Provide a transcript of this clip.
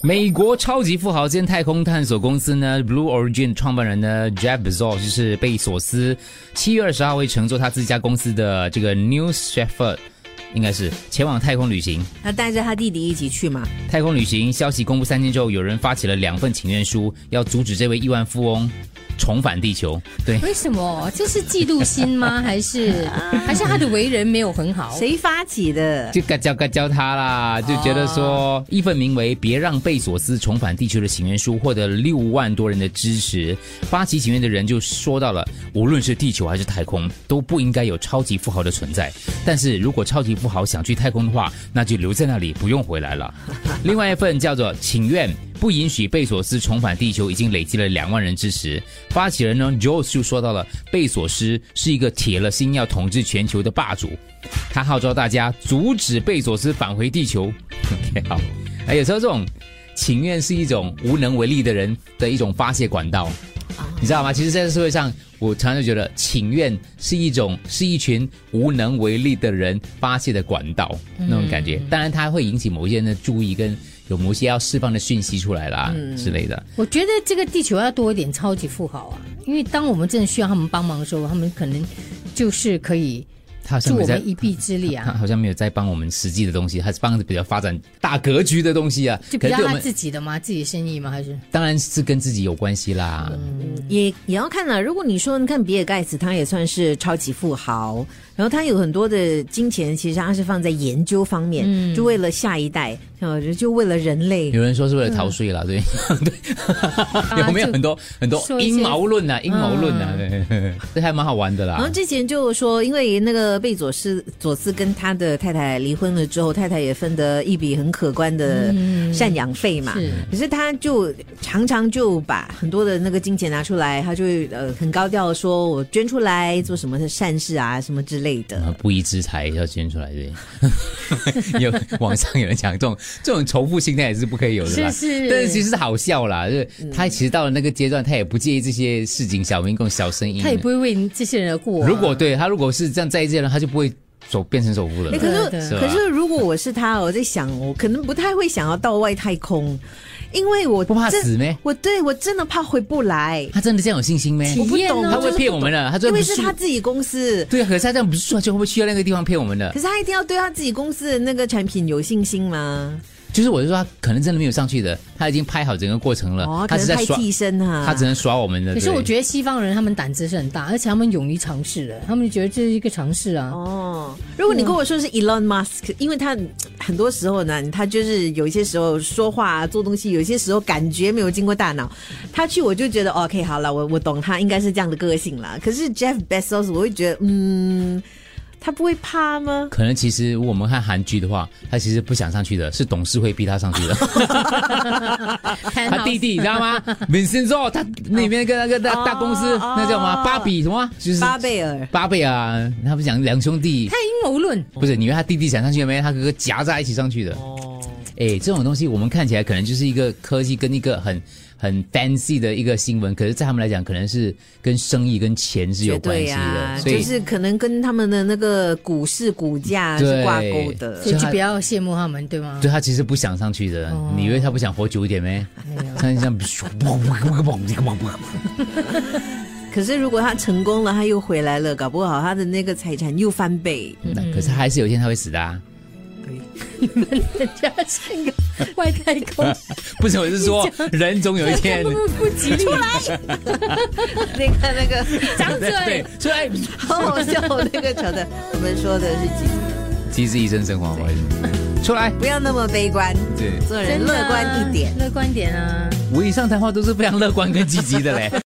美国超级富豪兼太空探索公司呢，Blue Origin 创办人呢，Jeff Bezos 就是贝索斯，七月二十号会乘坐他自己家公司的这个 New Shepard，应该是前往太空旅行。他带着他弟弟一起去嘛。太空旅行消息公布三天之后，有人发起了两份请愿书，要阻止这位亿万富翁重返地球。对，为什么？这是嫉妒 心吗？还是啊还是他的为人没有很好？谁发起的？就该教该教他啦，就觉得说一份名为“别让贝索斯重返地球”的请愿书获得六万多人的支持。发起请愿的人就说到了，无论是地球还是太空，都不应该有超级富豪的存在。但是如果超级富豪想去太空的话，那就留在那里，不用回来了。另外一份叫做“请愿”。不允许贝索斯重返地球，已经累积了两万人支持。发起人呢 j o e 就说到了，贝索斯是一个铁了心要统治全球的霸主，他号召大家阻止贝索斯返回地球。OK，好， 哎，有时候这种情愿是一种无能为力的人的一种发泄管道，啊你知道吗？其实，在这社会上，我常常就觉得情愿是一种是一群无能为力的人发泄的管道，嗯那种感觉。当然，它会引起某些人的注意跟。有某些要释放的讯息出来啦、嗯之类的，我觉得这个地球要多一点超级富豪啊，因为当我们真的需要他们帮忙的时候，他们可能就是可以他好像助没我有在们一臂之力他 啊，好像没有在帮我们实际的东西，他是帮着比较发展大格局的东西啊。就可比是较对我他们嗯自己的吗？自己生意吗？还是当然是跟自己有关系啦。嗯也也要看啊。如果你说，你看比尔盖茨，他也算是超级富豪，然后他有很多的金钱，其实他是放在研究方面，就为了下一代，呃，就为了人类。有人说是为了逃税 啦，对对，有没有嗯啊就很多很多说一些嗯阴谋论啊，阴谋论啊， 对，这还蛮好玩的然啦后。之前就说，因为那个贝佐斯佐斯跟他的太太离婚了之后，太太也分得一笔很可观的赡养费嘛。嗯是可是他就常常就把很多的那个金钱拿出来，他就会呃很高调地说我捐出来做什么善事啊什么之类的。啊不义之财要捐出来，对。 有网上有人讲这种这种仇富心态也是不可以有的啦。是嗯但是其实是好笑啦，就是他其实到了那个阶段，他也不介意这些市井小民工、小生意。他也不会为这些人而过啊、如果对他如果是这样在意这些人，他就不会首变成首富了哎、。可对是对可是如果我是他，我在想，我可能不太会想要到外太空，因为我不怕真死咩我对我真的怕回不来，他真的这样有信心吗？我不懂他会骗我们的，他真因的为不是是他自己公司。对啊，可是他这样不是说就会不会去到那个地方骗我们的可？是他一定要对他自己公司的那个产品有信心吗？就是我就说他可能真的没有上去的，他已经拍好整个过程了，哦，呃他可是能在太耍，替身啊。他只能耍我们的。可是对我觉得西方人他们胆子是很大，而且他们勇于尝试的，他们觉得这是一个尝试啊。哦，如果你跟嗯我说是 Elon Musk，因为他很多时候呢，他就是有一些时候说话、啊、做东西，有一些时候感觉没有经过大脑。他去我就觉得哦 OK，好了，我我懂他应该是这样的个性啦。可是 Jeff Bezos，我会觉得，嗯，他不会怕吗？可能其实我们看韩剧的话，他其实不想上去的，是董事会逼他上去的。他弟弟你知道吗？Vincent Zo，他里面跟那个大大公司哦那叫什么？芭比什么？就是巴贝尔巴贝啊，他们讲两兄弟太，阴谋论，不是？你以为他弟弟想上去没？他哥哥夹在一起上去的。哦，哎，这种东西我们看起来可能就是一个科技跟一个很很 fancy 的一个新闻，可是，在他们来讲，可能是跟生意跟钱是有绝关对系的，呀、所以、就是可能跟他们的那个股市股价是挂钩的对。是所以就他不要羡慕他们，对吗？对他其实不想上去的。哦你以为他不想活久一点没？像像可是如果他成功了，他又回来了，搞不好他的那个财产又翻倍。那可是还是有一天他会死的、啊。 人家是一个外太 空，不是，我是说，人总有一天会。不会不吉 利？出来， 那个那个。张对对嘴。，所以好好笑哦，那个桥段。我们说的是几，其实医生生活嘛，出来。不要那么悲观，对，做人乐观一点。乐观点啊。我以上谈话都是非常乐观跟积极的嘞。